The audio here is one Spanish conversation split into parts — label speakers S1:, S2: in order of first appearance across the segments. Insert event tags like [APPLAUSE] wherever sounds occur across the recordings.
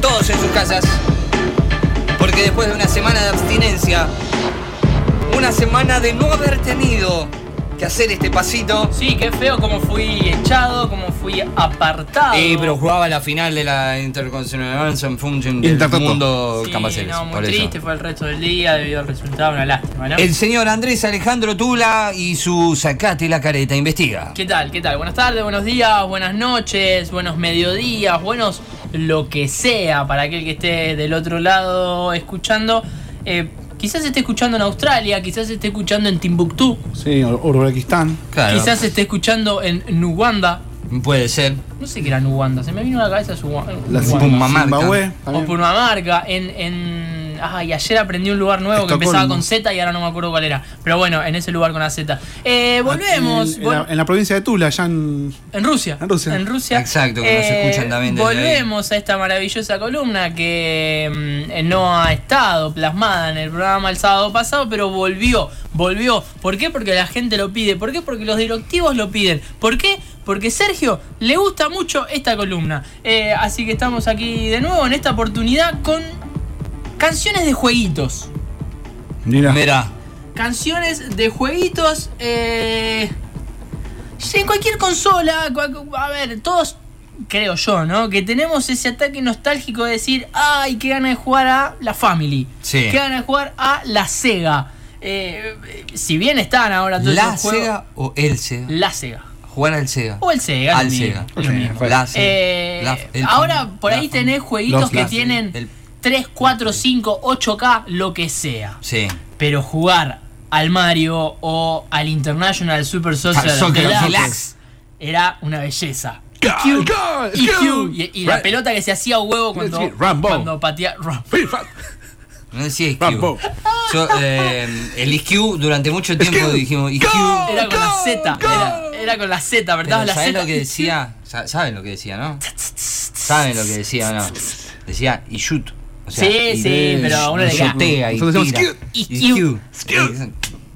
S1: todos en sus casas, porque después de una semana de abstinencia, una semana de no haber tenido que hacer este pasito.
S2: Sí, qué feo como fui echado, como fui apartado.
S1: Eh, pero jugaba la final de la Intercontinental Function del
S3: Intertoto.
S1: mundo
S2: Sí,
S1: Cambaceres,
S2: no, muy
S1: por eso.
S2: triste fue el resto del día debido al resultado, una lástima, ¿no?
S1: El señor Andrés Alejandro Tula y su Sacate la careta investiga.
S2: ¿Qué tal? ¿Qué tal? Buenas tardes, buenos días, buenas noches, buenos mediodías, buenos lo que sea para aquel que esté del otro lado escuchando. Eh, quizás esté escuchando en Australia, quizás esté escuchando en Timbuktu,
S3: Sí, Ur- Uzbekistán.
S1: Claro,
S2: quizás esté escuchando en Uganda.
S1: puede ser.
S2: No sé qué era Uganda, se me vino a la cabeza Uga-
S3: La
S2: Uganda.
S1: Pumamarca.
S3: Zimbabue.
S2: O
S3: también.
S2: Purmamarca, en, en. Ay, ayer aprendí un lugar nuevo que
S3: Estocolmo.
S2: empezaba con Z y ahora no me acuerdo cuál era. Pero bueno, en ese lugar con la Z. Eh, volvemos.
S3: En, en
S2: vol-
S3: la, en la provincia de Tula, allá en.
S2: en Rusia. Eh,
S3: En Rusia.
S1: Exacto, que nos escuchan también desde ahí.
S2: Volvemos a esta maravillosa columna que mm, eh, no ha estado plasmada en el programa el sábado pasado, pero volvió. Volvió. ¿Por qué? Porque la gente lo pide. ¿Por qué? Porque los directivos lo piden. ¿Por qué? Porque Sergio le gusta mucho esta columna. Eh, así que estamos aquí de nuevo en esta oportunidad con canciones de jueguitos.
S3: Mira.
S1: Mira,
S2: Canciones de jueguitos. eh, en cualquier consola. cua- A ver, todos creo yo, ¿no? Que tenemos ese ataque nostálgico de decir, ay, qué gana de jugar a la Family.
S1: Sí.
S2: Qué gana de jugar a la Sega. Eh, si bien están ahora todos
S1: ¿la
S2: esos juegos-
S1: Sega o el Sega?
S2: La Sega.
S1: Jugar al Sega.
S2: O el Sega.
S1: Al
S2: lo mismo,
S1: Sega.
S2: lo
S3: Sí,
S2: mismo.
S3: fue.
S1: La Sega.
S2: Eh,
S1: La- el
S2: ahora
S1: fam-
S2: por
S1: la
S2: ahí
S1: fam-
S2: tenés jueguitos
S3: Los
S2: que
S3: la-
S2: tienen
S1: el-
S2: 3, 4, 5, 8K, lo que sea.
S1: Sí.
S2: Pero jugar al Mario o al International Super Social
S1: Al Soccer
S2: Deluxe
S1: Deluxe.
S2: era una belleza.
S3: Gol,
S2: EQ,
S3: gol,
S2: EQ,
S3: gol.
S2: y, y la
S3: Right.
S2: pelota que se hacía huevo cuando,
S3: Let's get Rambo.
S2: cuando patea Rambo.
S3: FIFA.
S1: No decía IQ.
S3: Rambo.
S1: Yo, eh, el IQ durante mucho tiempo
S3: IQ.
S1: dijimos IQ.
S3: Go.
S2: Era con la
S3: Gol,
S2: Z,
S3: gol.
S2: era, era con la Z, ¿verdad?
S1: Pero
S2: La
S1: ¿Sabes
S2: Z.
S1: lo que decía? Sa- ¿Saben lo que decía, no? ¿Saben lo que decía o no? Decía y shoot. O sea,
S2: Sí,
S1: y
S2: sí,
S1: de-
S2: pero a uno le
S1: y shotea y
S3: Nosotros decíamos,
S1: tira.
S2: "Skew".
S1: Y
S2: "Skew".
S1: skew.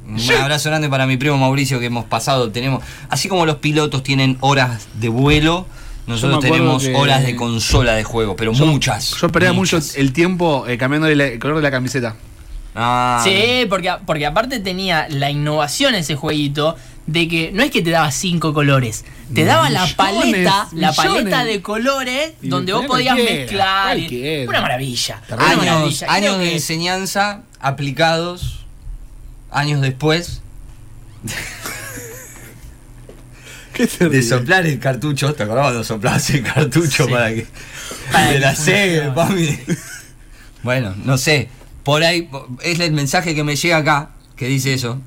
S1: Un abrazo grande para mi primo Mauricio que hemos pasado. Tenemos, así como los pilotos tienen horas de vuelo, nosotros
S3: me acuerdo
S1: tenemos
S3: que-
S1: horas de consola de juego, pero muchas.
S3: Yo perdía mucho
S1: muchas.
S3: el tiempo eh, cambiándole la- el color de la camiseta.
S1: Ah,
S2: Sí, porque, a- porque aparte tenía la innovación ese jueguito de que no es que te daba cinco colores, te daba la
S3: Millones,
S2: paleta, la
S3: millones.
S2: paleta de colores
S3: Y
S2: donde vos
S3: ponía
S2: podías
S3: cualquiera,
S2: mezclar. y-
S3: cualquiera.
S2: Una maravilla. una
S1: años,
S2: maravilla. Creo
S1: años de
S2: que-
S1: enseñanza aplicados años después
S3: ¿Qué te
S1: de soplar el cartucho. ¿Te acordabas cuando soplabas el cartucho
S2: Sí.
S1: para que
S2: Para
S1: de
S2: que
S1: la
S2: funcione.
S1: sede, papi? Bueno, no sé. Por ahí es el mensaje que me llega acá que dice eso.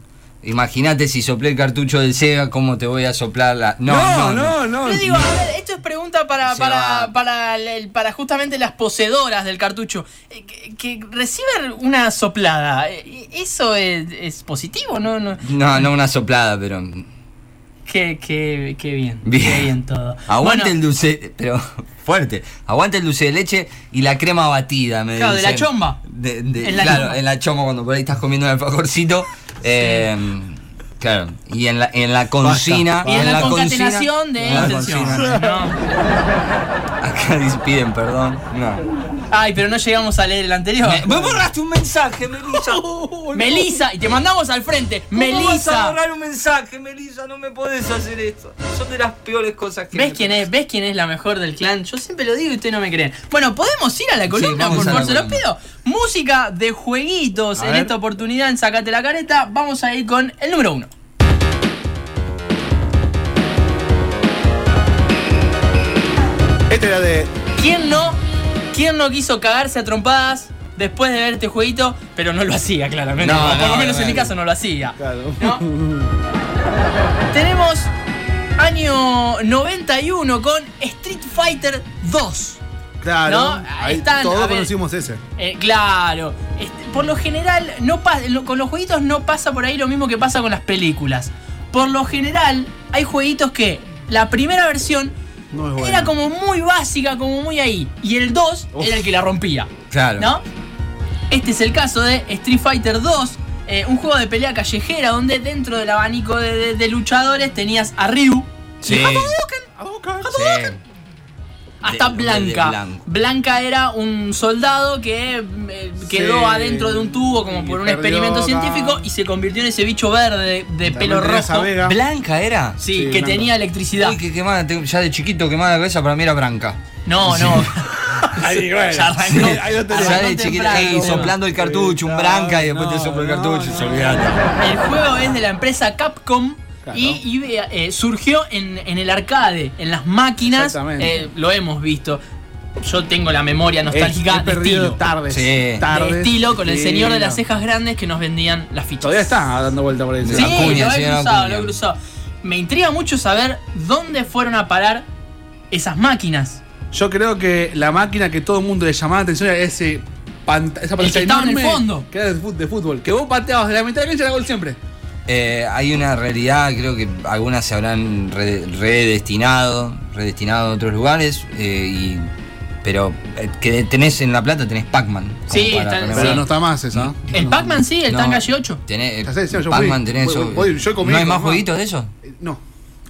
S1: Imagínate si soplé el cartucho del Sega, ¿cómo te voy a soplar la.? No, no, no.
S3: no.
S2: Yo digo, a ver, esto es pregunta para,
S1: Se
S2: para,
S1: va.
S2: para, el- para justamente las poseedoras del cartucho. Eh, Que, que reciban una soplada, eh, ¿eso es, es positivo? No, no.
S1: No, no una soplada, pero.
S2: Qué, qué- qué bien,
S1: Bien.
S2: qué bien todo.
S1: Aguante
S2: Bueno,
S1: el dulce. Pero [LAUGHS] fuerte. Aguante el dulce de leche y la crema batida, me
S2: Claro, de
S1: dicen.
S2: la chomba.
S1: De- de-
S2: En la
S1: claro,
S2: chomba.
S1: en la chomba cuando por ahí estás comiendo un alfajorcito. eh, claro. Y en la, en la concina.
S2: Y en la,
S1: concina-
S2: concatenación de
S1: en la
S2: intenciones. [LAUGHS]
S1: concina.
S2: ¿no?
S1: Acá dice- piden perdón. No.
S2: Ay, pero no llegamos a leer el anterior.
S1: Me, me borraste un mensaje,
S2: [LAUGHS]
S1: Melissa. ¿Cómo
S2: Melisa, y te mandamos al frente.
S1: vas a
S2: Melisa.
S1: borrar un mensaje, Melissa? No me podés hacer esto. Son de las peores cosas que
S2: ¿Ves
S1: me-
S2: quién es? ¿Ves quién es la mejor del clan? Yo siempre lo digo y ustedes no me creen. Bueno, ¿podemos ir a la columna,
S1: vamos
S2: por
S1: a la
S2: favor? Se los pido.
S1: columna.
S2: Música de jueguitos.
S3: A
S2: en
S3: ver.
S2: esta oportunidad, en Sacate la Careta, vamos a ir con el número uno.
S3: Este era de.
S2: ¿Quién no? ¿Quién no quiso cagarse a trompadas después de ver este jueguito? Pero no lo hacía, claramente.
S1: No,
S2: O por
S1: no,
S2: lo menos en
S1: no,
S2: mi
S1: no.
S2: caso no lo hacía.
S3: Claro.
S1: [LAUGHS]
S2: Tenemos año 91 con Street Fighter 2.
S3: Claro.
S2: No,
S3: Ahí
S2: están, a
S3: todos
S2: ver.
S3: conocimos ese.
S2: Eh, claro. Este, por lo general, no pa- lo- con los jueguitos no pasa por ahí lo mismo que pasa con las películas. Por lo general, hay jueguitos que la primera versión
S3: No es bueno.
S2: era como muy básica, como muy ahí. Y el 2
S3: Uf.
S2: era el que la rompía.
S1: Claro.
S2: ¿No? Este es el caso de Street Fighter 2, un juego de pelea callejera donde dentro del abanico de, de- de luchadores tenías a Ryu.
S1: Sí.
S2: Y Hadouken.
S3: Ah, ok.
S1: Sí.
S2: hasta
S1: de- de- de
S2: Blanca.
S1: blanco.
S2: Blanca era un soldado que eh, quedó
S3: Sí.
S2: adentro de un tubo como
S3: Y
S2: por un
S3: perdió
S2: experimento
S3: acá.
S2: científico y se convirtió en ese bicho verde de, de pelo
S3: También tenés a
S2: rojo.
S3: Vega.
S1: ¿Blanca era?
S2: Sí,
S3: Sí,
S2: que
S3: blanco.
S2: tenía electricidad.
S1: Uy, que quemada, tengo- ya de chiquito quemada la cabeza, para mí era blanca.
S2: No, no.
S3: Ahí, bueno.
S2: Ya arrancó.
S3: Sí, ahí lo tenés.
S1: Ya
S2: Arrancó
S1: de chiquito,
S2: temprano,
S1: ey,
S2: el tema.
S1: soplando el cartucho, un branca y después te
S3: No,
S1: soplo el cartucho,
S3: no,
S1: se
S3: no.
S1: olvidate.
S2: El juego es de la empresa Capcom.
S3: Claro.
S2: Y, y, eh, surgió en, en el arcade, en las máquinas,
S3: Exactamente.
S2: eh, lo hemos visto. Yo tengo la memoria
S3: He-
S2: nostálgica
S3: he
S2: de
S3: perdido
S2: estilo.
S3: tardes.
S1: Sí.
S3: tardes.
S2: de estilo con el
S3: Sí,
S2: señor de las
S3: no.
S2: cejas grandes que nos vendían las fichas.
S3: Todavía está dando vuelta por el
S2: Sí,
S1: De la cuña,
S2: lo he
S1: señora
S2: cruzado,
S1: cuña.
S2: lo he cruzado. Me intriga mucho saber dónde fueron a parar esas máquinas.
S3: Yo creo que la máquina que todo el mundo le llamaba la atención era ese pant- esa pantalla
S2: que estaba en el
S3: enorme
S2: fondo.
S3: que era de, fut- de fútbol. Que vos pateabas de la mitad de la cancha y era gol siempre.
S1: Eh, hay una realidad, creo que algunas se habrán re- redestinado, redestinado a otros lugares, eh, y, pero eh, que tenés en La Plata tenés Pac-Man. como
S2: Sí,
S1: para
S2: está-
S1: poner-
S2: sí.
S3: Pero no está más esa.
S2: El Pac-Man sí, el
S1: No.
S2: Tanga G8.
S1: Tenés, eh,
S3: Ya sé, sí, yo
S1: Pac-Man
S3: fui.
S1: tenés
S3: Voy-
S1: eso.
S3: voy- voy- yo comí
S1: ¿No hay
S3: con
S1: más
S3: Pac-Man.
S1: jueguitos de eso?
S3: Eh, No,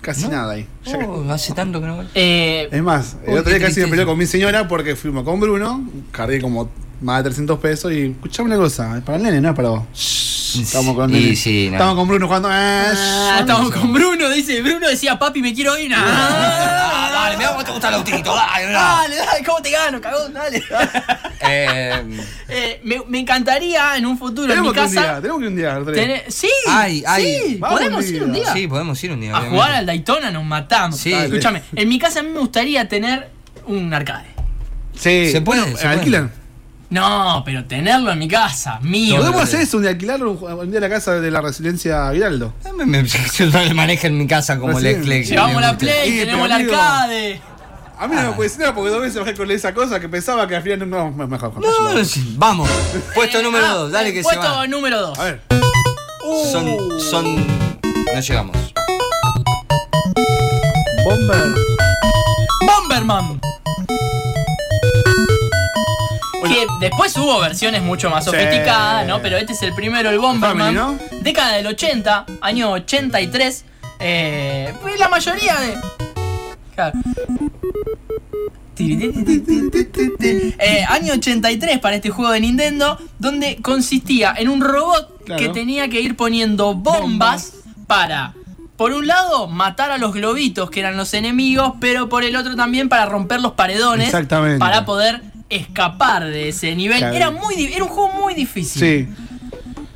S3: casi
S1: ¿No?
S3: nada ahí. [LAUGHS] Ya-
S1: Oh, hace tanto que no
S3: [LAUGHS]
S1: voy.
S2: Eh,
S3: Es más, el
S1: Uy,
S3: otro
S1: qué
S3: día casi me
S1: tristeza.
S3: peleó con mi señora porque fuimos con Bruno, cargué como más de 300 pesos y escuchame una cosa, es para el nene, no es para vos. Shh, Estamos con,
S1: Y
S3: nene.
S1: sí, no.
S3: estamos con Bruno jugando. eh,
S2: ah,
S3: shh,
S2: estamos con Bruno, dice. Bruno decía, papi, me quiero ir. Ah,
S1: dale, mirá cómo te gusta el autito, dale,
S2: dale, dale, ¿cómo te gano, cagón? Dale. Eh, me, me encantaría en un futuro en mi
S3: tenemos que un día,
S2: casa.
S3: tenemos que un día. Andrés.
S2: tener- sí,
S1: Ay, ay.
S2: sí,
S3: Vamos
S2: podemos
S3: un
S2: ir un
S3: día.
S2: día.
S1: sí, podemos ir un día.
S2: A
S1: obviamente.
S2: jugar al Daytona nos matamos.
S1: Sí.
S2: Escúchame, en mi casa a mí me gustaría tener un arcade.
S3: Sí,
S1: Se puede,
S3: bueno,
S1: se puede.
S3: alquilan.
S2: No, pero tenerlo en mi casa, mío.
S1: Todo.
S3: Podemos hacer eso, un día alquilar un un día a la casa de la residencia Giraldo.
S1: Ah, me- [LAUGHS] me- Yo no le manejo en mi casa como
S3: Recién.
S1: el Eclec.
S2: Llevamos la Play,
S3: Sí,
S2: tenemos el
S3: pero amigo.
S2: arcade.
S3: A mí no me
S1: Ah.
S3: puede decir nada porque dos veces bajé con esa cosa que pensaba que al final no, no mejor. mejor,
S1: No,
S3: mejor.
S1: sí, vamos. Puesto
S2: Eh,
S1: número
S2: ah,
S1: 2, dale que se
S2: Puesto
S1: va.
S2: número 2.
S3: A ver,
S1: Son, son. No llegamos.
S3: bomber.
S2: Bomberman. Que después hubo versiones mucho más
S3: Sí.
S2: sofisticadas, ¿no? Pero este es el primero, el Bomberman.
S3: Family, ¿no?
S2: Década del 80, año 83. Eh, pues la mayoría de. Claro. Eh, año 83 para este juego de Nintendo, donde consistía en un robot
S3: Claro.
S2: que tenía que ir poniendo bombas para, por un lado, matar a los globitos que eran los enemigos, pero por el otro también para romper los paredones
S3: Exactamente.
S2: para poder escapar de ese nivel.
S3: Claro.
S2: Era muy di- era un juego muy difícil.
S3: Sí. Mm.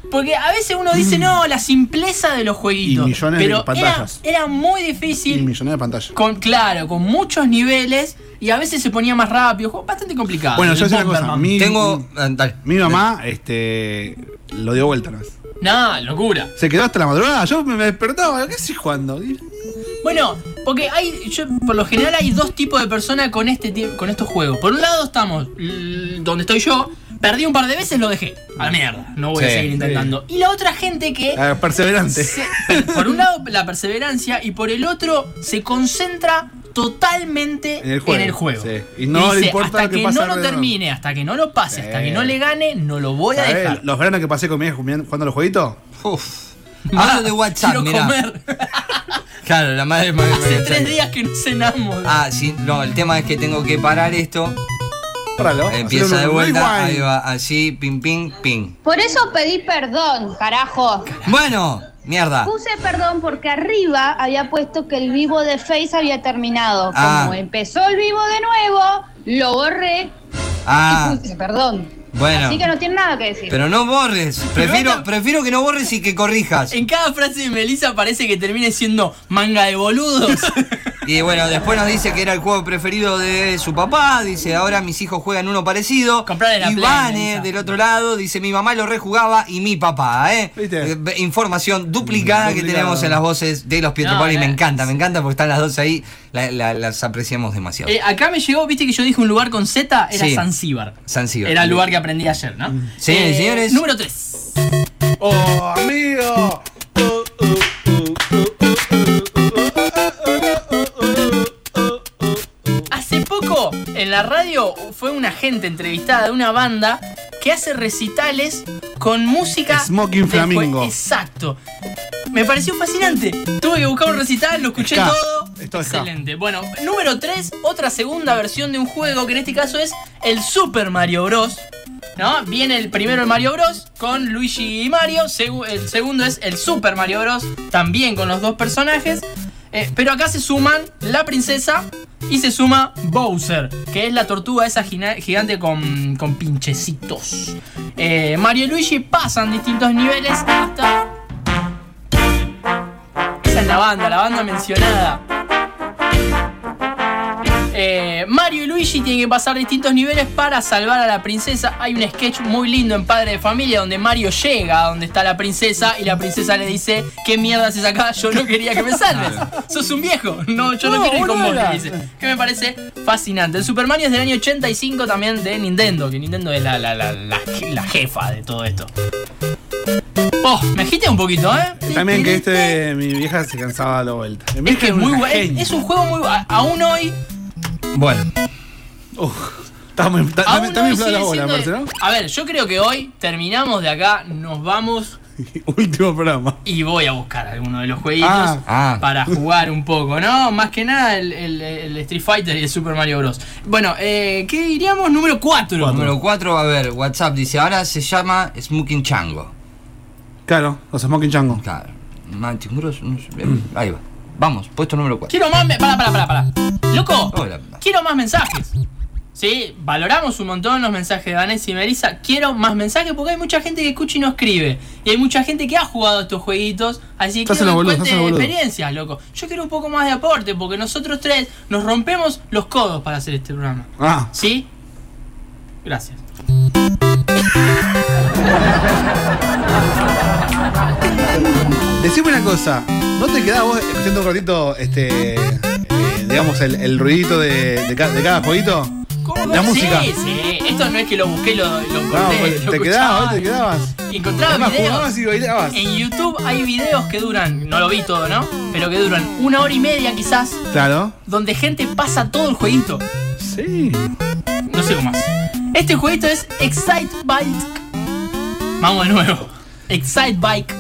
S2: Porque a veces uno dice, "No, la simpleza de los jueguitos",
S3: Y millones de
S2: pero era,
S3: pantallas.
S2: era muy
S3: Y
S2: difícil.
S3: millones de pantallas.
S2: Con, claro, con muchos niveles y a veces se ponía más rápido, juego bastante complicado.
S3: Bueno,
S2: el
S3: yo sé una cosa.
S2: Bomberman.
S3: Mi,
S1: Ah, Tengo. ah, Dale.
S3: mi mamá, este. Lo dio vuelta. ¿no?
S2: Nah, locura.
S3: Se quedó hasta la madrugada. Yo me me despertaba. ¿Qué haces jugando? Y-
S2: Bueno, porque hay, yo, por lo general hay dos tipos de personas con este ti- con estos juegos. Por un lado estamos l- donde estoy yo, perdí un par de veces, lo dejé. A la mierda, no voy a
S1: Sí,
S2: seguir intentando. Y la otra gente que
S3: Ah, perseverante.
S2: se- per- por un lado la perseverancia y por el otro se concentra totalmente en el juego.
S3: sí. Y no le importa
S2: hasta
S3: lo que
S2: que,
S3: pase
S2: no lo
S3: alrededor".
S2: termine, hasta que no lo pase,
S3: Sí.
S2: hasta que no le gane, no lo voy a
S3: ¿Sabés
S2: dejar.
S3: Los veranos que pasé conmigo jugando los jueguitos.
S2: [LAUGHS]
S1: Uf. Hablo de WhatsApp,
S2: Ah, Quiero
S1: mirá.
S2: comer.
S1: Claro, la madre me
S2: [LAUGHS] Hace tres días que no cenamos.
S1: Ah, sí, no, el tema es que tengo que parar esto.
S3: Páralo.
S2: Oh,
S1: Empieza de
S3: hacelo un
S1: vuelta, ahí
S3: rewind.
S1: va, así, ping, ping, ping.
S4: Por eso pedí perdón, carajo.
S1: Bueno, mierda.
S4: Puse perdón porque arriba había puesto que el vivo de Face había terminado.
S1: Ah.
S4: Como empezó el vivo de nuevo, lo borré y
S1: Ah,
S4: puse perdón. Así que
S1: bueno.
S4: no tiene nada que decir.
S1: Pero no borres. Prefiero, prefiero que no borres y que corrijas.
S2: En cada frase de Melissa parece que termine siendo manga de boludos.
S1: [LAUGHS] Y bueno, después nos dice que era el juego preferido de su papá. Dice, ahora mis hijos juegan uno parecido.
S2: Comprale la
S1: y
S2: Play,
S1: Vane,
S2: Melissa.
S1: del otro lado, dice, mi mamá lo rejugaba y mi papá, ¿eh?
S3: ¿Viste?
S1: Eh, b- Información duplicada que
S3: Duplicado.
S1: tenemos en las voces de los Pietropoli.
S2: No,
S1: me
S2: la-
S1: encanta, me encanta porque están las dos ahí. la- la- las apreciamos demasiado.
S2: Eh, acá me llegó, viste que yo dije un lugar con Z, era
S1: Sí.
S2: Zanzíbar.
S1: Zanzíbar.
S2: Era el lugar que aprendí ayer, ¿no? Eh,
S1: Señores y señores.
S2: Número 3.
S3: ¡Oh, amigo!
S2: Hace poco en la radio fue una gente entrevistada de una banda que hace recitales con música.
S3: Smoking
S2: del
S3: Flamingo.
S2: jue- Exacto. Me pareció fascinante. Tuve que buscar un recital, lo escuché
S3: Ska.
S2: todo.
S3: Esto es
S2: Excelente. Bueno, número 3, otra segunda versión de un juego que en este caso es el Super Mario Bros. ¿No? Viene el primero el Mario Bros. con Luigi y Mario. segu- el segundo es el Super Mario Bros. también con los dos personajes. Eh, pero acá se suman la princesa y se suma Bowser, que es la tortuga esa gina- gigante con, con pinchecitos. Eh, Mario y Luigi pasan distintos niveles hasta. Esa es la banda, la banda mencionada. Eh, Mario y Luigi tienen que pasar distintos niveles para salvar a la princesa. Hay un sketch muy lindo en Padre de Familia donde Mario llega a donde está la princesa y la princesa le dice, ¿qué mierda haces acá? Yo no quería que me salves. Sos un viejo. No, yo no,
S3: No,
S2: quiero ir con vos,
S3: boluda.
S2: le dice. Que me parece fascinante. El Super Mario es del año 85 también de Nintendo, que Nintendo es la, la, la, la, la jefa de todo esto. Oh, me agité un poquito, ¿eh?
S3: También que este, mi vieja se cansaba de la vuelta. Mi
S2: Es
S3: vieja
S2: que es
S3: una
S2: muy bueno.
S3: genia.
S2: Es un juego muy bueno. Aún hoy.
S1: Bueno,
S3: Uf, está muy, está,
S2: aún
S3: está muy
S2: hoy
S3: inflada la
S2: sigue
S3: bola,
S2: siendo-
S3: Marce, ¿no?
S2: A ver, yo creo que hoy terminamos de acá, nos vamos
S3: [LAUGHS] Último programa.
S2: y voy a buscar alguno de los jueguitos
S3: Ah.
S1: Ah.
S2: para jugar un poco, ¿no? Más que nada el, el- el Street Fighter y el Super Mario Bros. Bueno, eh, ¿qué diríamos? Número 4.
S1: número 4, a ver, WhatsApp dice, ahora se llama Smoking Chango.
S3: Claro, los Smoking Chango.
S1: Claro. Manchiguros, no sé, ahí va. Vamos, puesto número 4.
S2: Quiero más. me- Pará, pará, pará, pará. Loco,
S1: Hola.
S2: quiero más mensajes. Sí, valoramos un montón los mensajes de Vanessa y Melissa. Quiero más mensajes porque hay mucha gente que escucha y no escribe. Y hay mucha gente que ha jugado estos jueguitos. Así que
S3: Estás en
S2: quiero que
S3: los boludos,
S2: cuenten
S3: estás en los boludos.
S2: experiencias, loco. Yo quiero un poco más de aporte porque nosotros tres nos rompemos los codos para hacer este programa.
S3: Ah,
S2: ¿Sí? Gracias.
S3: decime una cosa. ¿No te quedás vos escuchando un ratito, este, eh, digamos, el, el ruidito de, de, ca- de cada jueguito? La
S2: Sí,
S3: música.
S2: Sí, Esto no es que lo busqué, lo, lo corté.
S3: No, pues,
S2: lo
S3: te
S2: escuchaba.
S3: quedabas, te quedabas.
S2: Y encontraba
S3: Es más,
S2: videos. Eh.
S3: jugabas y bailabas.
S2: En YouTube hay videos que duran, no lo vi todo, ¿no? Pero que duran una hora y media quizás,
S3: Claro.
S2: donde gente pasa todo el jueguito.
S3: Sí.
S2: Eh, No sé cómo más. Este jueguito es Excite Bike. Vamos de nuevo. Excite Bike.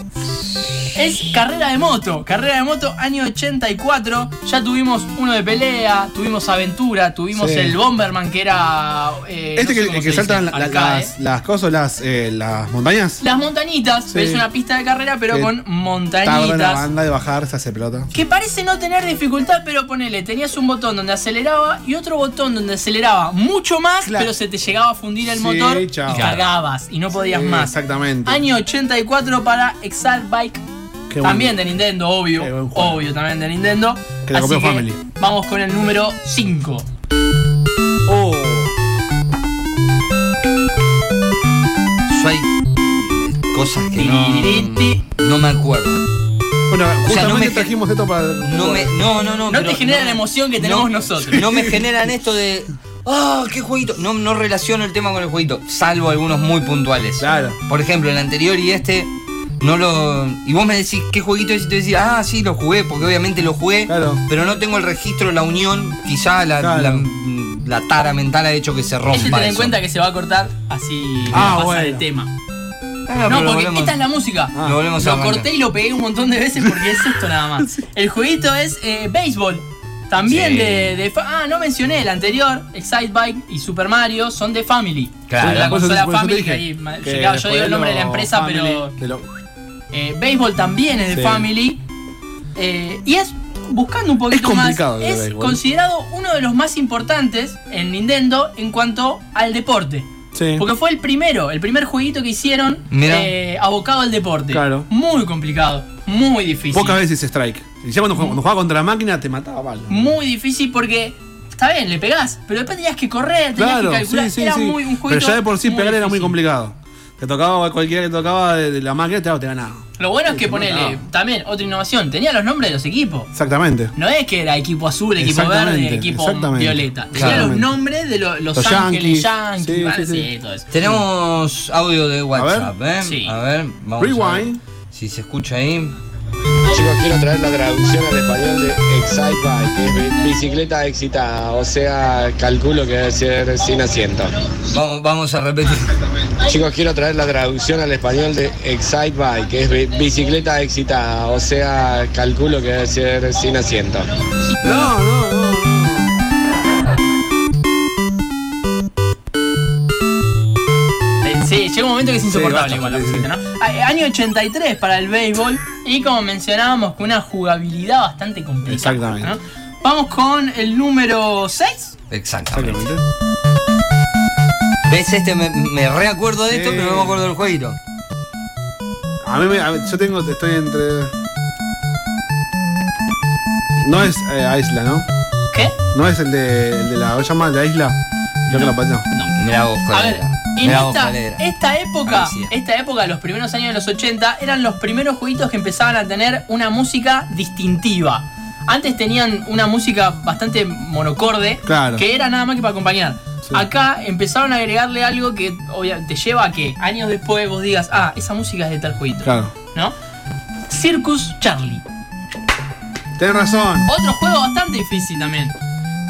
S2: Es carrera de moto, carrera de moto año 84. Ya tuvimos uno de pelea, tuvimos aventura, tuvimos
S3: Sí.
S2: el Bomberman que era. eh,
S3: Este
S2: no sé
S3: que,
S2: cómo
S3: el
S2: se
S3: que
S2: dice,
S3: saltan la- la-
S2: arcade.
S3: las, las cosas, las, eh, las montañas.
S2: Las montañitas,
S3: Sí.
S2: pero es una pista de carrera, pero
S3: Que
S2: con
S3: Tarda la
S2: montañitas.
S3: banda de bajar, se hace pelota.
S2: Que parece no tener dificultad, pero ponele, tenías un botón donde aceleraba y otro botón donde aceleraba mucho más,
S3: Claro.
S2: pero se te llegaba a fundir el
S3: Sí,
S2: motor
S3: chao.
S2: y cargabas y no podías
S3: Sí,
S2: más.
S3: Exactamente.
S2: Año 84 para Exalt Bike.
S3: Qué bueno.
S2: también de Nintendo, obvio.
S3: Qué buen juego.
S2: Obvio, también de Nintendo.
S3: Que la
S2: Así
S3: copió Family.
S2: Vamos con el número 5.
S3: Oh.
S1: Yo Pues hay cosas que no, no me acuerdo.
S3: Bueno, justamente
S1: no me-
S3: trajimos esto para.
S1: No me, no, no, no.
S2: No
S1: pero
S2: te genera la emoción que tenemos nosotros.
S1: No me generan esto de. ¡Ah, qué jueguito! No, no relaciono el tema con el jueguito, salvo algunos muy puntuales.
S3: Claro.
S1: Por ejemplo, el anterior y este, no lo. Y vos me decís, ¿qué jueguito es? Y te decís, ah, sí, lo jugué, porque obviamente lo jugué,
S3: Claro.
S1: pero no tengo el registro, la unión, quizá la,
S3: Claro.
S1: la- la tara mental ha hecho que se rompa.
S2: Este ten en
S1: eso.
S2: cuenta que se va a cortar así
S3: Ah,
S2: pasa
S3: bueno.
S2: el tema.
S1: Ah, pero
S2: No, porque
S1: volvemos-
S2: esta es la música.
S1: Ah, lo volvemos a
S2: Lo
S1: arrancar.
S2: corté y lo pegué un montón de veces porque es esto nada
S3: [LAUGHS]
S2: más. El jueguito es eh, béisbol. También
S1: Sí.
S2: de, de fa- Ah, no mencioné el anterior. Excite Bike y Super Mario son de Family.
S1: Claro.
S2: Son de la
S3: Por eso-
S2: consola
S3: por eso te
S2: Family.
S3: dije
S2: que ahí ma-
S3: que
S2: llegaba- yo
S3: después
S2: digo el nombre de
S3: lo
S2: la empresa,
S3: family,
S2: pero.
S3: de lo-
S2: eh, béisbol también es de
S3: Sí.
S2: Family. Eh, y es. Buscando un poquito
S3: complicado
S2: más,
S3: el
S2: es
S3: béisbol.
S2: considerado uno de los más importantes en Nintendo en cuanto al deporte.
S3: Sí.
S2: Porque fue el primero, el primer jueguito que hicieron
S1: Mirá.
S2: eh, abocado al deporte.
S3: Claro.
S2: Muy complicado, muy difícil.
S3: Pocas veces strike. Y ya cuando, jugaba- cuando jugaba contra la máquina te mataba, vale.
S2: Muy difícil porque, está bien, le pegás, pero después tenías que correr, tenías
S3: Claro,
S2: que calcular.
S3: sí, sí,
S2: era
S3: sí.
S2: muy un juego.
S3: Pero ya de por sí pegar era muy complicado. Te tocaba cualquiera que tocaba de, de la máquina, te, te ganaba.
S2: Lo bueno es que
S3: Sí,
S2: ponele,
S3: no.
S2: también, otra innovación, tenía los nombres de los equipos.
S3: Exactamente.
S2: No es que era equipo azul, equipo verde,
S3: Exactamente,
S2: equipo
S3: exactamente.
S2: violeta. Tenía
S1: Claramente.
S2: los nombres de lo- los,
S3: Los
S2: ángeles, yankees,
S3: Yankees. Sí,
S2: ¿vale?
S3: sí, sí.
S2: Sí, todo eso.
S1: Tenemos audio de WhatsApp, ¿eh?
S2: Sí.
S1: A ver, vamos a ver
S3: Rewind.
S1: si se escucha ahí.
S2: Chicos,
S5: Chicos, quiero traer la traducción al español de Excite Bike, que es bi- bicicleta excitada, o sea, calculo que debe ser sin asiento.
S1: Vamos, vamos a repetir.
S3: [LAUGHS]
S5: Chicos, quiero traer la traducción al español de Excite Bike, que es bi- bicicleta excitada, o sea, calculo que debe ser sin asiento.
S3: No, no, no.
S2: Eh, Sí, llega un momento que es insoportable
S3: Sí,
S2: igual
S3: basta,
S2: la
S3: sí,
S2: música, ¿no? A- Año 83 para el béisbol y como mencionábamos, con una jugabilidad bastante complicada.
S3: Exactamente.
S2: ¿no? Vamos con el número 6.
S1: Exactamente.
S3: Exactamente.
S1: ¿Ves este? Me, me reacuerdo de esto,
S3: Sí.
S1: pero no me acuerdo del jueguito.
S3: A mí me. a ver, yo tengo. Estoy entre. No es eh, Isla, ¿no?
S2: ¿Qué?
S3: No es el de, el de la. ¿Cómo se llama? ¿El de Isla? Yo que la patino.
S1: Mirá vos
S2: A
S1: cuál
S2: ver,
S1: era.
S2: en
S1: Mirá vos
S2: esta,
S1: cuál era.
S2: esta época,
S1: Ahí sí.
S2: esta época, los primeros años de los 80, eran los primeros jueguitos que empezaban a tener una música distintiva. Antes tenían una música bastante monocorde,
S3: Claro.
S2: que era nada más que para acompañar.
S3: Sí.
S2: Acá empezaron a agregarle algo que obvia- te lleva a que años después vos digas, ah, esa música es de tal jueguito.
S3: Claro.
S2: ¿No? Circus Charlie.
S3: Tenés razón.
S2: Otro juego bastante difícil también.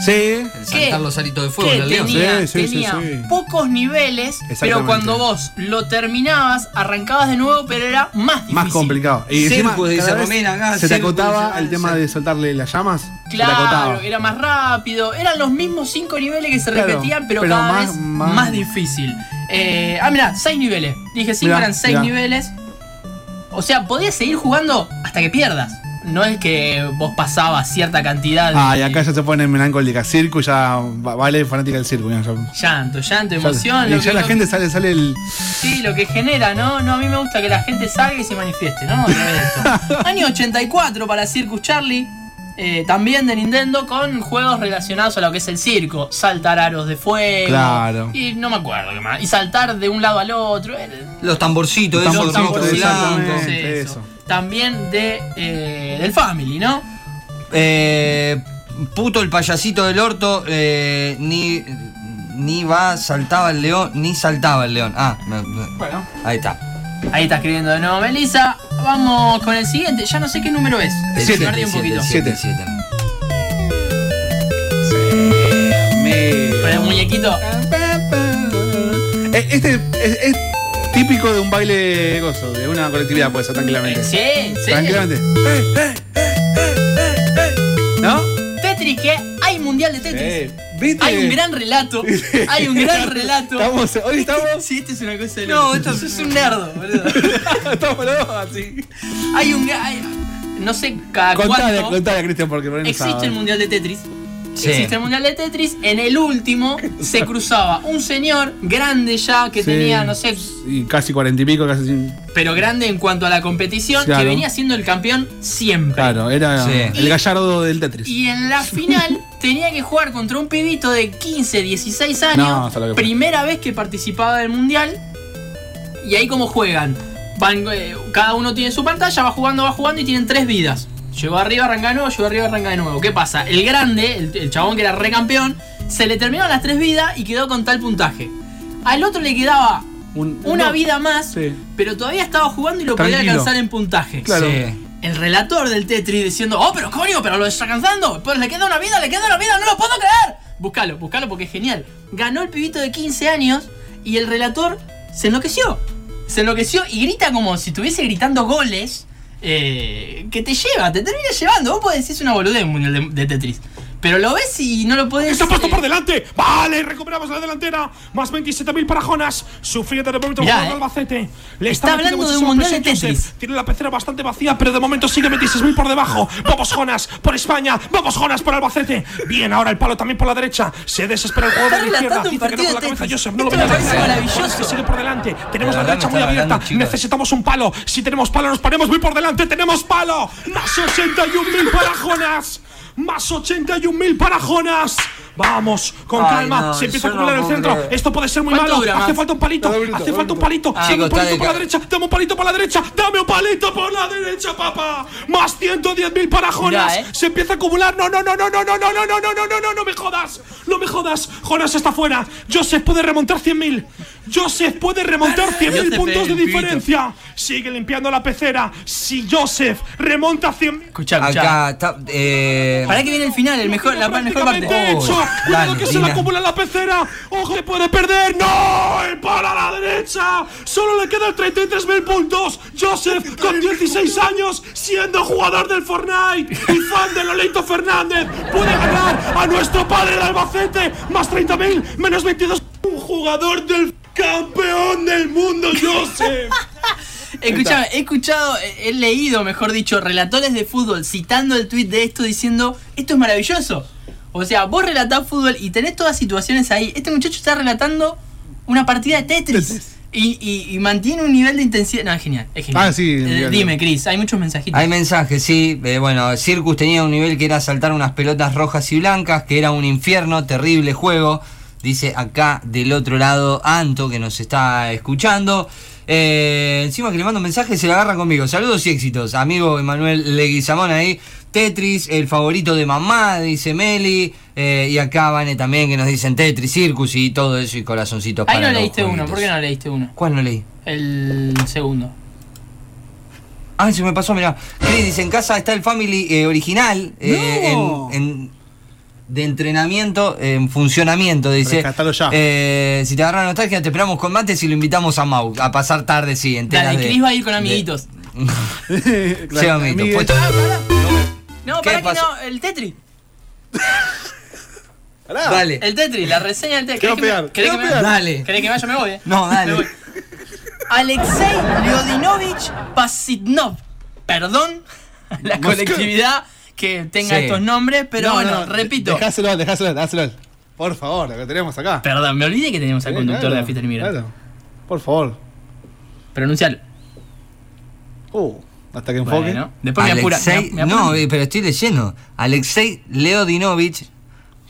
S3: Sí.
S1: El saltar los aritos de fuego,
S2: que
S1: la león.
S2: tenía,
S3: Sí, sí, sí,
S2: tenía
S3: sí.
S2: pocos niveles, pero
S3: Exactamente.
S2: cuando vos lo terminabas, arrancabas de nuevo, pero era más difícil.
S3: Más complicado. Y
S1: Circus
S3: encima,
S1: dice
S3: cada vez
S1: Romina acá,
S3: se te
S1: circus
S3: acotaba
S1: dice-
S3: el tema de soltarle las llamas. se te
S2: Claro,
S3: acotaba.
S2: era más rápido, eran los mismos cinco niveles que se
S3: Claro,
S2: repetían, pero,
S3: pero
S2: cada
S3: más-
S2: vez más,
S3: más-
S2: difícil. Eh, ah, mirá, seis niveles. Dije cinco
S3: Mirá,
S2: eran seis
S3: mirá.
S2: niveles. O sea, podías seguir jugando hasta que pierdas. No es que vos pasabas cierta cantidad de
S3: Ah, y acá ya se ponen melancólicas. Circo ya va- vale fanática del circo. ya- ya-
S2: llanto, llanto, emoción.
S3: y
S2: lo
S3: ya
S2: que-
S3: la
S2: lo-
S3: gente sale, sale el.
S2: Sí, lo que genera, ¿no? No, a mí me gusta que la gente salga y se manifieste, ¿no? A través de
S3: [LAUGHS]
S2: esto. Año 84 para Circus Charlie, eh, también de Nintendo, con juegos relacionados a lo que es el circo. Saltar aros de fuego.
S3: Claro.
S2: Y no me acuerdo qué más. Y saltar de un lado al otro. eh,
S1: Los tamborcitos,
S3: Los
S1: esos
S2: los
S1: los
S3: tamborcitos,
S1: tamborcitos
S2: tamborcitos,
S1: blancos.
S3: exactamente.
S2: sí,
S3: eso.
S2: También de, eh, del Family, ¿no?
S1: Eh, puto el payasito del orto, eh, ni, ni va, saltaba el león, ni saltaba el león. Ah, me- me-
S3: Bueno.
S1: ahí está.
S2: Ahí está escribiendo de nuevo Melissa. Vamos con el siguiente. Ya no sé qué número es.
S1: El
S3: Siete,
S2: Me perdí un poquito.
S1: siete, siete.
S2: Con el muñequito.
S3: Eh, Este es, es típico de un baile gozo, de una colectividad, puede ser tranquilamente.
S2: Sí, sí.
S3: Tranquilamente. Eh, eh, eh, eh, eh, eh. ¿No?
S2: Tetris que hay mundial de Tetris.
S3: Eh, ¿Viste?
S2: Hay un gran relato. Hay un gran
S3: [LAUGHS]
S2: relato.
S3: Estamos,
S2: [LAUGHS]
S3: hoy estamos,
S2: Sí, esto es una cosa de No, esto es un nerdo, boludo.
S3: estamos los dos así.
S2: Hay un gran. hay- No sé cada
S3: Contale,
S2: cuánto.
S3: contale a Cristian porque por ahí no
S2: Existe
S3: sabe.
S2: el mundial de Tetris.
S1: Sí.
S2: Existe el mundial de Tetris. En el
S3: [LAUGHS]
S2: último se cruzaba un señor grande ya que
S3: Sí.
S2: tenía, no sé,
S3: Y casi cuarenta y pico, casi. sin-
S2: pero grande en cuanto a la competición, que
S3: Claro.
S2: venía siendo el campeón siempre.
S3: Claro, era
S1: Sí.
S3: el gallardo del Tetris.
S2: Y en la
S3: [LAUGHS]
S2: final tenía que jugar contra un pibito de 15, 16 años.
S3: No, hasta lo que fue.
S2: primera vez que participaba del mundial. Y ahí como juegan. Van, eh, cada uno tiene su pantalla, va jugando, va jugando y tienen tres vidas. Llegó arriba, arranca de nuevo, llegó arriba, arranca de nuevo. ¿Qué pasa? El grande, el, el chabón que era recampeón, se le terminaron las tres vidas y quedó con tal puntaje. Al otro le quedaba
S3: Un-
S2: una
S3: no. [LAUGHS]
S2: vida más,
S3: Sí.
S2: pero todavía estaba jugando y lo podía
S3: Tranquilo.
S2: alcanzar en puntaje.
S3: Claro.
S1: Sí.
S2: El relator del Tetris diciendo, oh, pero coño, pero lo está alcanzando. Pues le queda una vida, le queda una vida, no lo puedo creer. Búscalo, búscalo porque es genial. Ganó el pibito de 15 años y el relator se enloqueció. Se enloqueció y grita como si estuviese gritando goles eh, que te lleva, te termina llevando. Vos podés decir es una boludez mundial de, de Tetris. Pero lo ves y no lo podés.
S6: Está puesto
S2: eh,
S6: por delante. Vale, recuperamos la delantera. Más 27.000 para Jonas. Sufriendo de momento
S2: Mirá,
S6: jugando
S2: eh.
S6: Albacete. Le
S2: Está
S6: metiendo
S2: hablando de un
S6: muchísima
S2: mundial de
S6: presión Josep.
S2: Tetris.
S6: Tiene la pecera bastante vacía, pero de momento sigue 26.000 por debajo. Vamos Jonas por España. Vamos Jonas por Albacete. Bien, ahora el palo también por la derecha. Se desespera el jugador
S2: Está
S6: de la izquierda.
S2: relatando un
S6: Dice que
S2: partido
S6: no
S2: de
S6: con la cabeza
S2: Tetris.
S6: Josep. No lo
S2: Esto me
S6: puede
S2: parece
S6: hacer.
S2: maravilloso.
S6: Jonas que sigue por delante. Tenemos la,
S1: La verdad
S6: derecha
S1: me
S6: muy
S1: está
S6: abierta.
S1: bailando, chicos.
S6: Necesitamos un palo. Si tenemos palo, nos ponemos muy por delante. Tenemos palo. Más 81.000 para Jonas. Más 81.000 para Jonas. Vamos, con
S1: Ay,
S6: calma.
S1: no,
S6: se empieza a
S1: yo no
S6: acumular el
S1: puedo
S6: centro.
S1: creer.
S6: Esto puede ser muy
S2: ¿Cuánto
S6: malo.
S2: dura
S6: Hace
S2: más?
S6: falta un palito.
S3: Dame un minuto,
S6: hace
S3: dame
S6: falta
S3: un
S6: un palito.
S1: Ah,
S6: dame un
S1: digo,
S6: palito
S1: está
S6: por la
S1: de-
S6: derecha. Dame un palito por la derecha. Dame un palito por la derecha, papá. Más 110 mil para Jonas.
S2: Ya, ¿eh?
S6: Se empieza a acumular. No, no, no, no, no, no, no, no, no, no, no, no, no, no me jodas. No me jodas. Jonas está fuera. Joseph puede remontar 100 mil. Joseph puede remontar
S2: [LAUGHS]
S6: 100 mil
S2: Joseph eh,
S6: puntos
S2: es
S6: de
S2: el pibito.
S6: diferencia. Sigue limpiando la pecera. Si Joseph remonta 100 mil.
S2: Escucha, escucha.
S1: Acá está. eh,
S2: Para que viene el final, el mejor, la mejor
S6: prácticamente
S2: parte.
S6: hecho.
S1: Oh,
S6: Cuidado
S1: dale,
S6: que se le
S1: Dina.
S6: acumula en la pecera. Ojo, que puede perder. ¡No! ¡Y para la derecha! Solo le quedan 33.000 puntos. Joseph, con 16 años, siendo jugador del Fortnite y fan de Lolito Fernández, puede ganar a nuestro padre de Albacete. Más 30.000, menos 22. Un jugador del campeón del mundo, Joseph.
S2: Escuchame, he escuchado, he he leído, mejor dicho, relatores de fútbol citando el tweet de esto diciendo, esto es maravilloso. O sea, vos relatás fútbol y tenés todas situaciones ahí. Este muchacho está relatando una partida de Tetris. Y, y- y mantiene un nivel de intensidad. No, es genial, es genial.
S3: Ah, sí,
S2: Eh,
S3: bien.
S2: dime, Chris, hay muchos mensajitos.
S1: Hay mensajes, sí. eh, bueno, Circus tenía un nivel que era saltar unas pelotas rojas y blancas, que era un infierno, terrible juego. Dice acá del otro lado Anto, que nos está escuchando. Eh, encima que le mando un mensaje, se la agarra conmigo. Saludos y éxitos, amigo Emanuel Leguizamón ahí. Tetris, el favorito de mamá, dice Meli. Eh, y acá Vane también, que nos dicen Tetris, Circus y todo eso, y corazoncitos
S2: Ahí
S1: para
S2: no
S1: los
S2: leíste uno,
S1: jueguitos.
S2: ¿por qué no leíste uno?
S1: ¿Cuál no leí?
S2: El segundo.
S1: Ay, Ah, se me pasó, mirá. Chris dice, en casa está el Family eh, original. eh,
S3: No.
S1: en, en- de entrenamiento, en funcionamiento, dice.
S3: Rescatalo ya.
S1: Eh, si te agarra nostalgia, te esperamos con mates y lo invitamos a Mau. A pasar tarde, sí, enteras
S2: Dale,
S1: de-
S2: Chris va a ir con
S1: de-
S2: amiguitos.
S1: Sí, amiguitos.
S3: Amigues.
S1: Puesto-
S2: No,
S1: ¿Qué
S2: para que
S1: pasó?
S2: no, el Tetris.
S3: Pará.
S1: Dale.
S2: El Tetris, la reseña del Tetris.
S3: Quiero
S2: ¿Querés que me-
S3: pegar,
S2: ¿Querés que
S3: quiero
S2: me-
S3: pegar.
S1: Dale.
S2: ¿Querés que me vaya? Me voy, eh.
S1: No, dale.
S2: Me voy. Alexei Leodinovich Pasitnov. Perdón a la
S3: Moscú.
S2: colectividad que tenga
S1: Sí.
S2: estos nombres, pero
S3: No,
S2: bueno,
S3: no,
S2: repito.
S3: Dejáselo, dejáselo, dáselo. Por favor, lo que tenemos acá.
S2: Perdón, me olvidé que teníamos al
S3: Sí,
S2: conductor
S3: claro,
S2: de la fiesta del migrante.
S3: claro. Por favor.
S2: Pronuncialo.
S3: Uh, hasta que enfoque.
S2: Bueno, después me apura.
S1: Alexei-
S2: me- me apura.
S1: no, eh, pero estoy leyendo. Alexei Leodinovich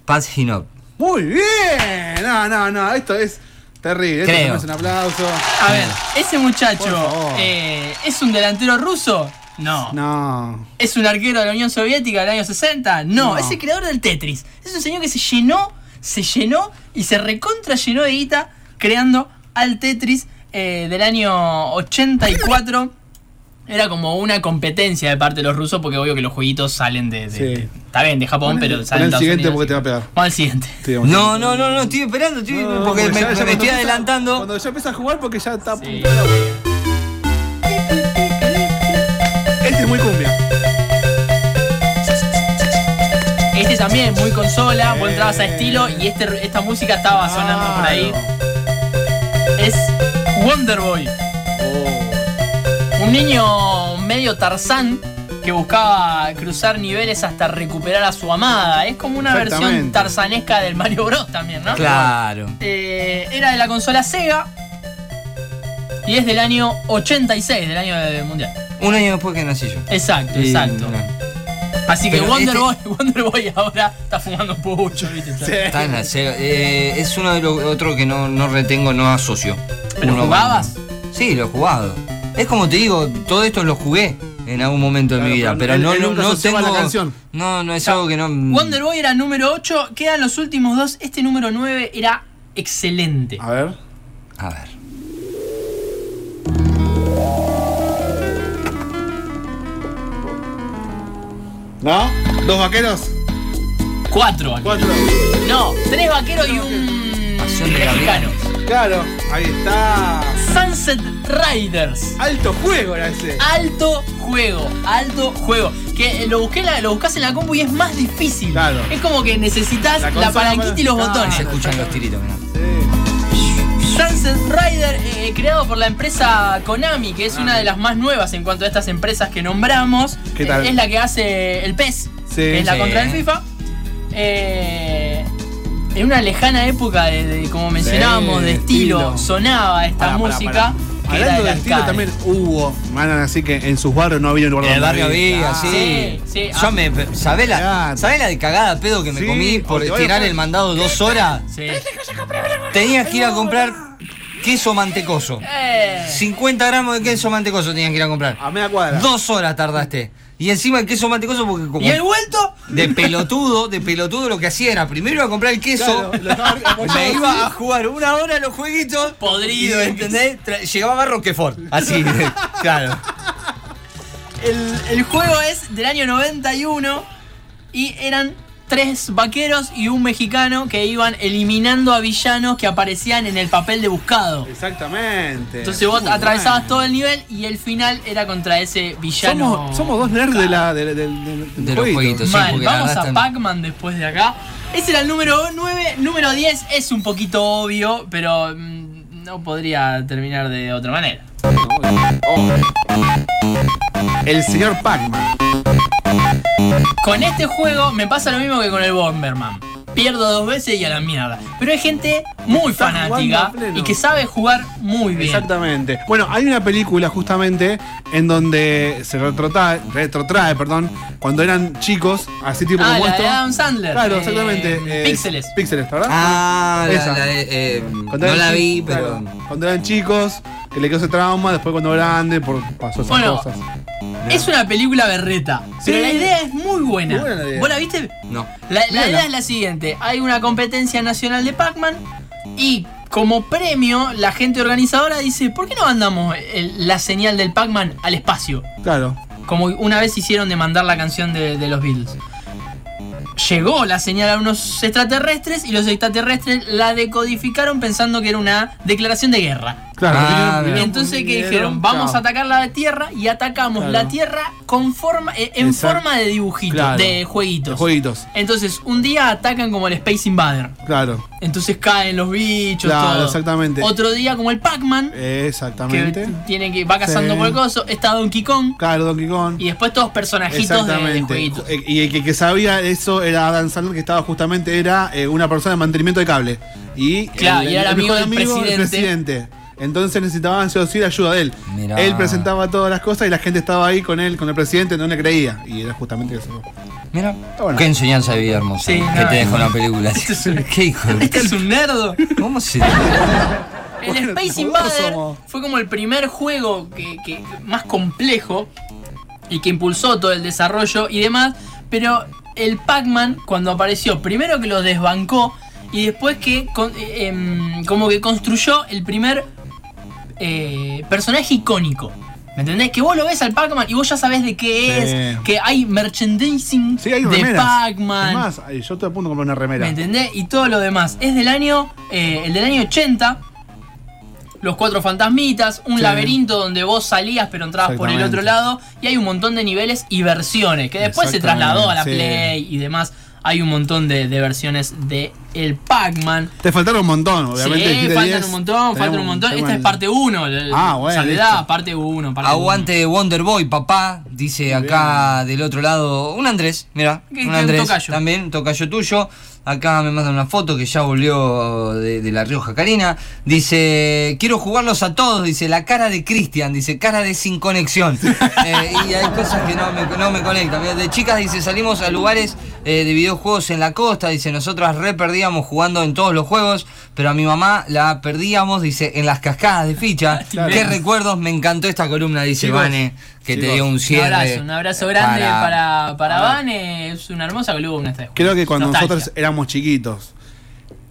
S1: Pazhinov.
S3: Muy bien. No, no, no. Esto es terrible. Esto
S1: Creo.
S3: merece un aplauso.
S2: A ver, ese
S3: Por
S2: muchacho
S3: favor.
S2: eh, es un delantero ruso. No.
S3: No.
S2: ¿Es un arquero de la Unión Soviética del año 60? No,
S3: No.
S2: es el creador del Tetris. Es un señor que se llenó, se llenó y se recontra llenó de guita creando al Tetris eh, del año 84. Era como una competencia de parte de los rusos porque obvio que los jueguitos salen de... de-
S3: Sí.
S2: de- está bien, de Japón,
S3: Pon el-
S2: pero
S3: pon
S2: salen
S3: el
S2: de Estados
S3: siguiente
S2: Unidos,
S3: porque te va a
S2: así que-
S3: pegar.
S2: Vamos al siguiente.
S3: Sí, vamos.
S1: No, no, no, no, estoy esperando, estoy-
S3: No, no,
S1: porque, me,
S3: ya- ya
S1: me
S3: cuando
S1: estoy
S3: empieza-
S1: adelantando.
S3: Cuando ya empieza a jugar porque ya está.
S2: Sí.
S3: Este es muy cumbia.
S2: Este también, muy consola, vos entrabas a estilo y este, esta música estaba sonando por ahí. Es Wonderboy. Un niño medio Tarzán que buscaba cruzar niveles hasta recuperar a su amada. Es como una versión
S3: Exactamente.
S2: tarzanesca del Mario Bros. también, ¿no?
S1: Claro.
S2: Eh, era de la consola Sega y es del año 86, del año del mundial.
S1: Un año después que nací yo.
S2: Exacto,
S1: Y-
S2: exacto. Así que
S1: Pero
S2: Wonder,
S1: este-
S2: Boy, [LAUGHS] Wonder Boy ahora está fumando pucho, ¿viste? Está-
S1: Está en la cero. Eh, es uno de los otros que no, no retengo, no asocio.
S2: ¿Pero
S1: Uno
S2: jugabas?
S1: con- Sí, lo he jugado. Es como te digo, todo esto lo jugué en algún momento de
S3: Claro,
S1: mi vida,
S3: pero
S1: pero
S3: él-
S1: no,
S3: él
S1: no,
S3: nunca
S1: no
S3: asociaba
S1: tengo.
S3: la canción.
S1: No, no es
S2: No.
S1: algo que no.
S3: Mm.
S2: Wonder Boy era número 8, quedan los últimos dos. Este número 9 era excelente.
S3: A ver.
S1: A ver.
S3: ¿No? ¿Dos vaqueros?
S2: 4.
S3: Cuatro.
S2: No, tres vaqueros y un
S1: Pasión de
S2: mexicano.
S1: Gavilanes.
S3: Claro. Ahí está.
S2: Sunset Riders.
S3: Alto juego era ese.
S2: Alto juego, alto juego. Que eh, lo, busqué la- lo buscas en la compu y es más difícil.
S3: Claro.
S2: Es como que necesitas
S3: La
S2: la,
S3: consola Ah,
S2: palanquita
S3: para-
S2: y los
S3: Claro.
S2: botones.
S1: Se escuchan los tiritos, mirá.
S3: Sí.
S2: Sunset Rider, eh, creado por la empresa Konami, que es
S3: Ah.
S2: una de las más nuevas en cuanto a estas empresas que nombramos.
S3: ¿Qué tal?
S2: Eh, es la que hace el PES,
S3: Sí,
S2: que es la
S1: sí.
S2: contra del FIFA. Eh, en una lejana época, de, de- como mencionábamos, de
S3: de
S2: estilo,
S3: estilo.
S2: sonaba esta
S3: Pará, pará,
S2: música.
S3: pará.
S2: que era
S3: Hablando
S2: el
S3: del estilo
S2: arcade.
S3: también hubo, manan así que en sus barrios no había un lugar
S1: En el
S3: donde
S1: barrio
S3: Ah,
S1: había, sí.
S2: sí, sí.
S1: Yo me. ¿Sabés la,
S3: Claro.
S1: sabés la de cagada pedo que me
S3: Sí,
S1: comí por
S3: o te voy a
S1: tirar
S3: poner-
S1: el mandado dos horas?
S2: Sí.
S1: Tenías que ir a comprar queso mantecoso.
S2: Eh,
S1: 50 gramos de queso mantecoso tenías que ir a comprar.
S3: A media cuadra.
S1: Dos horas tardaste. Y encima el queso mantecoso, porque como.
S2: ¿Y el vuelto?
S1: De pelotudo, de pelotudo lo que hacía era primero iba a comprar el queso,
S3: Claro, lo estaba
S1: [LAUGHS]
S3: apoyado
S1: me
S3: así.
S1: iba a jugar una hora a los jueguitos.
S2: Podrido,
S1: y, ¿entendés? Tra- Llegaba a Roquefort, [LAUGHS] así, claro.
S2: El, el juego es del año 91 y eran tres vaqueros y un mexicano que iban eliminando a villanos que aparecían en el papel de buscado.
S3: Exactamente.
S2: Entonces vos
S3: Muy
S2: atravesabas
S3: bueno.
S2: todo el nivel y el final era contra ese villano.
S3: Somos, somos dos nerds de la, de, de- de- del
S1: De los
S3: jueguito.
S1: jueguitos. sí,
S2: Mal,
S1: porque la
S2: vamos
S1: verdad
S2: a
S1: están-
S2: Pac-Man después de acá. Ese era el número 9, número 10 es un poquito obvio, pero mm, no podría terminar de otra manera.
S3: El señor Pac-Man.
S2: Con este juego me pasa lo mismo que con el Bomberman. Pierdo dos veces y a la mierda. Pero hay gente muy
S3: Está jugando
S2: fanática
S3: a pleno.
S2: y que sabe jugar muy bien. Ah,
S3: Exactamente. Bueno, hay una película justamente en donde se retrotrae, retrotrae perdón, cuando eran chicos, así tipo
S2: Ah,
S3: como
S2: la
S3: esto.
S2: de Adam Sandler.
S3: Claro,
S2: Eh,
S3: exactamente. eh,
S2: Píxeles.
S3: Píxeles, ¿verdad?
S1: Ah, la-
S3: Esa.
S1: la de- eh,
S3: Cuando
S1: no
S3: eran
S1: la
S3: chi-
S1: vi, pero.
S3: claro, cuando eran chicos, que le quedó ese trauma, después cuando grande, por, pasó esas
S2: Bueno,
S3: cosas.
S2: Es una película berreta,
S3: Sí.
S2: pero la idea es muy buena.
S3: Muy buena la idea.
S2: ¿Vos la viste?
S1: No.
S2: La, la
S3: Mírala.
S2: idea es la siguiente: hay una competencia nacional de Pac-Man y como premio la gente organizadora dice, ¿por qué no mandamos el- la señal del Pac-Man al espacio?
S3: Claro.
S2: Como una vez hicieron de mandar la canción de, de los Beatles. Llegó la señal a unos extraterrestres y los extraterrestres la decodificaron pensando que era una declaración de guerra.
S3: Claro.
S1: Ah,
S3: vinieron-
S1: bien.
S3: vinieron-
S2: Entonces que
S3: vinieron,
S2: dijeron, vamos a
S3: chao.
S2: atacar la Tierra y atacamos
S3: Claro.
S2: la Tierra con forma, eh, en
S3: Exacto.
S2: forma de dibujitos,
S3: Claro.
S2: de jueguitos.
S3: Los jueguitos.
S2: Entonces, un día atacan como el Space Invader.
S3: Claro.
S2: Entonces caen los bichos,
S3: Claro,
S2: todo.
S3: exactamente.
S2: Otro día como el Pac-Man, que
S3: Exactamente.
S2: tiene que va cazando
S3: Sí.
S2: por el coso, está Donkey Kong
S3: Claro, Donkey Kong.
S2: y después todos personajitos de, de
S3: Exactamente.
S2: jueguitos.
S3: Eh, Y el que, que sabía eso era Adam Sandler, que estaba justamente, era eh, una persona de mantenimiento de cable. Y,
S2: Claro, y era el
S3: mejor
S2: amigo del presidente.
S3: presidente. Entonces necesitaban sí o sí la ayuda de él.
S1: Mirá.
S3: Él presentaba todas las cosas y la gente estaba ahí con él, con el presidente, no le creía. Y era justamente eso.
S1: Mira,
S3: bueno.
S1: qué enseñanza de vida hermosa que
S2: Sí, nada.
S1: te dejó la [LAUGHS] película.
S2: Esto es un-
S1: ¿Qué hijo de- [LAUGHS]
S2: Este es un nerdo.
S1: ¿Cómo se.?
S2: El
S3: [LAUGHS] Bueno,
S2: Space
S3: nosotros
S2: Invader
S3: somos-
S2: fue como el primer juego que, que- más complejo y que impulsó todo el desarrollo y demás, pero el Pac-Man cuando apareció, primero que lo desbancó y después que con- eh, em, como que construyó el primer eh, personaje icónico. ¿Me entendés? Que vos lo ves al Pac-Man y vos ya sabés de qué
S3: Sí.
S2: es, que hay merchandising
S3: Sí, hay
S2: de
S3: remeras.
S2: Pac-Man.
S3: Es más, ay, yo estoy a punto de comprar una remera.
S2: ¿Me entendés? Y todo lo demás. Es del año. eh, el del año 80. Los cuatro fantasmitas, un
S3: Sí.
S2: laberinto donde vos salías pero entrabas por el
S3: Exactamente.
S2: otro lado. Y hay un montón de niveles y versiones. Que después se trasladó a la
S3: Exactamente, sí.
S2: Play y demás. Hay un montón de, de versiones de el Pac-Man.
S3: Te faltaron un montón, obviamente.
S2: sí,
S3: dijiste
S2: faltan
S3: 10.
S2: un montón,
S3: Tenemos
S2: faltan un montón.
S3: tema
S2: Esta es
S3: del-
S2: parte 1.
S3: Ah, bueno, listo.
S2: parte 1.
S1: Aguante Wonder Boy, papá, dice acá del otro lado. Un Andrés, mira,
S2: Que- que
S1: un
S2: un
S1: Andrés
S2: tocayo.
S1: también, tocayo tuyo. Acá me mandan una foto que ya volvió de, de La Rioja Karina. Dice, quiero jugarlos a todos, dice, la cara de Cristian, dice, cara de sin
S3: [LAUGHS]
S1: conexión. Eh, y hay cosas que no me, no me conectan. Mirá, De chicas, dice, salimos a lugares eh, de videojuegos en la costa, dice, nosotras re perdíamos jugando en todos los juegos, pero a mi mamá la perdíamos, dice, en las cascadas de ficha.
S3: [LAUGHS] Claro.
S1: Qué recuerdos, me encantó esta columna, dice
S3: Chicos,
S1: Vane, que te
S3: chicos,
S1: dio un
S2: Un
S1: cierre.
S2: abrazo, un abrazo grande
S1: para-
S2: para, para, Vane. Es una hermosa columna esta de juego.
S3: Creo que cuando
S2: Nostalgia.
S3: nosotros éramos chiquitos,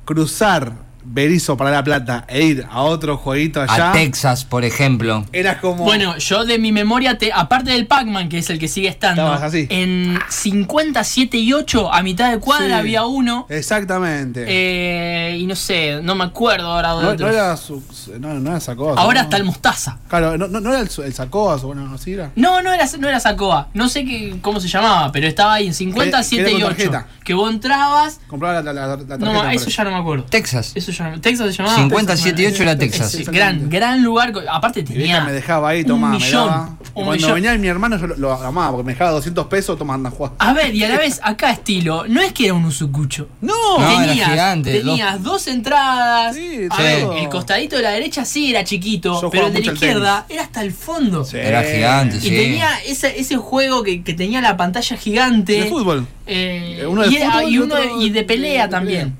S3: cruzar Berizo para La Plata e ir a otro jueguito allá,
S1: A Texas, por ejemplo.
S3: eras como.
S2: Bueno, yo de mi memoria, te, aparte del Pac-Man, que es el que sigue estando,
S3: Estabas así.
S2: en 57 y 8, a mitad de cuadra,
S3: Sí.
S2: había uno.
S3: Exactamente.
S2: eh, y no sé, no me acuerdo ahora de
S3: no, no
S2: otros.
S3: era su, su- no, no era Sacoa.
S2: ahora
S3: ¿no?
S2: está el Mostaza.
S3: Claro, no, no, no era el, su- el Sacoa, o bueno, así era.
S2: No, no era, no era Sacoa. No sé qué, cómo se llamaba, pero estaba ahí en 57
S3: Que
S2: y
S3: era con
S2: 8.
S3: tarjeta.
S2: Que vos entrabas.
S3: Compraba la, la, la- la tarjeta.
S2: No,
S3: me
S2: eso
S3: parece.
S2: ya no me acuerdo.
S1: Texas.
S2: Eso ya no, Ah, Texas se llamaba.
S1: 57 y 8 era
S2: Ese,
S1: Texas.
S3: Exactamente.
S2: gran, gran lugar. Aparte
S3: Mi vieja
S2: tenía.
S3: me dejaba ahí,
S2: un
S3: tomá, me
S2: millón.
S3: daba. Y
S2: un
S3: cuando
S2: millón.
S3: venía mi hermano, yo lo, lo amaba, porque me dejaba 200 pesos, toma, anda a jugar.
S2: A ver, y a la vez, acá estilo, no es que era un usucucho.
S3: No,
S1: No, era
S2: tenías,
S1: gigante,
S2: tenías dos, entradas.
S3: Sí,
S2: a
S3: sí.
S2: ver, el costadito de la derecha sí era chiquito,
S3: Yo
S2: pero
S3: jugaba
S2: el de la
S3: mucho al
S2: izquierda era hasta el fondo.
S3: Sí.
S1: Era gigante,
S2: Y
S1: sí.
S2: tenía ese, ese juego que, que tenía la pantalla gigante.
S3: De fútbol.
S2: Eh,
S3: Uno de
S2: y, era-
S3: fútbol
S2: y
S3: y
S2: uno
S3: otro
S2: de- y de
S3: de-
S2: pelea
S3: de
S2: también.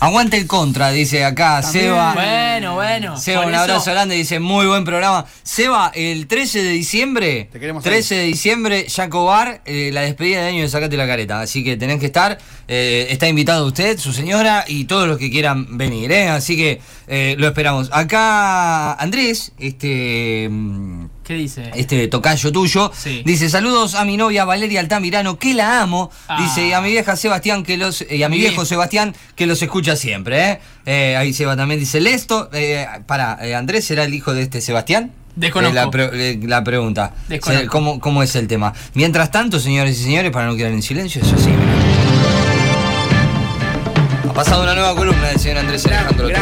S1: Aguante el contra, dice acá Seba.
S2: Bueno, bueno.
S1: Seba,
S2: por
S1: un
S2: eso-
S1: abrazo grande, dice, muy buen programa. Seba, el 13 de diciembre,
S3: Te queremos
S1: 13 de diciembre, Jacobar, eh, la despedida de año de Sacate la Careta. Así que tenés que estar, eh, está invitado usted, su señora y todos los que quieran venir, ¿eh? Así que eh, lo esperamos. Acá Andrés, este... mm,
S2: ¿Qué dice?
S1: este tocayo tuyo.
S2: Sí.
S1: Dice, saludos a mi novia Valeria Altamirano, que la amo.
S2: Ah.
S1: Dice, y a mi vieja Sebastián, que los, eh, y a mi
S2: Bien.
S1: viejo Sebastián, que los escucha siempre. ¿eh? Eh, ahí Seba también dice, Lesto, eh, para, eh, Andrés será el hijo de este Sebastián.
S2: Desconozco.
S1: Eh, la, pre- eh, la pregunta.
S2: Desconozco.
S1: Se- ¿Cómo, ¿Cómo es el tema? Mientras tanto, señores y señores, para no quedar en silencio, es así. Ha pasado una nueva columna del señor Andrés Alejandro Tula.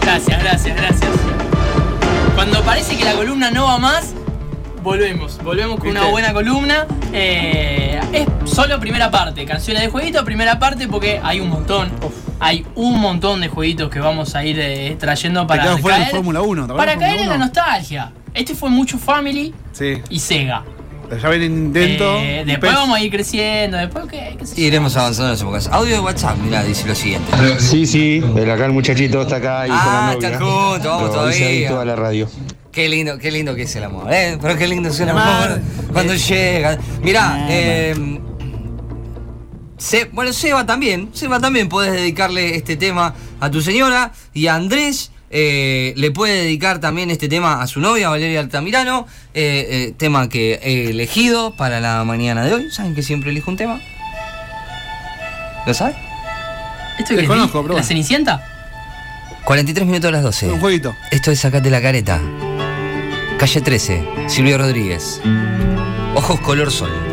S2: Gracias, gracias, gracias. Cuando parece que la columna no va más, volvemos. Volvemos con una
S3: ¿Viste?
S2: buena columna. Eh, es solo primera parte. Canciones de jueguito, primera parte, porque hay un montón. Hay un montón de jueguitos que vamos a ir eh, trayendo para
S3: quedas fuera de
S2: caer,
S3: Fórmula 1, ¿te acordás
S2: para
S3: de Fórmula
S2: caer en la
S3: 1?
S2: nostalgia. Este fue mucho Family
S3: Sí.
S2: y Sega.
S3: Ya ven el intento.
S2: Eh,
S3: y
S2: después
S3: pez.
S2: vamos a ir creciendo, después qué, qué sé yo.
S1: Iremos avanzando en las épocas. Audio de WhatsApp, mira, dice lo siguiente.
S5: Sí, sí, el acá el muchachito está acá y
S1: Ah,
S5: con la novia.
S1: están juntos, vamos
S5: Lo hice ahí
S1: todavía.
S5: toda la radio.
S1: Qué lindo, qué lindo que es el amor, ¿eh? Pero qué lindo es el amor cuando llega. Mirá, eh, Se- bueno, Seba también, Seba también podés dedicarle este tema a tu señora y a Andrés. eh, le puede dedicar también este tema a su novia, Valeria Altamirano, eh, eh, tema que he elegido para la mañana de hoy. ¿Saben que siempre elijo un tema? ¿Lo saben?
S2: ¿Esto qué es?
S3: Desconozco,
S2: ¿La
S3: pero bueno.
S2: Cenicienta?
S1: 43 minutos a las 12.
S3: Un jueguito.
S1: Esto es Sacate la careta. Calle 13, Silvio Rodríguez. Ojos color sol.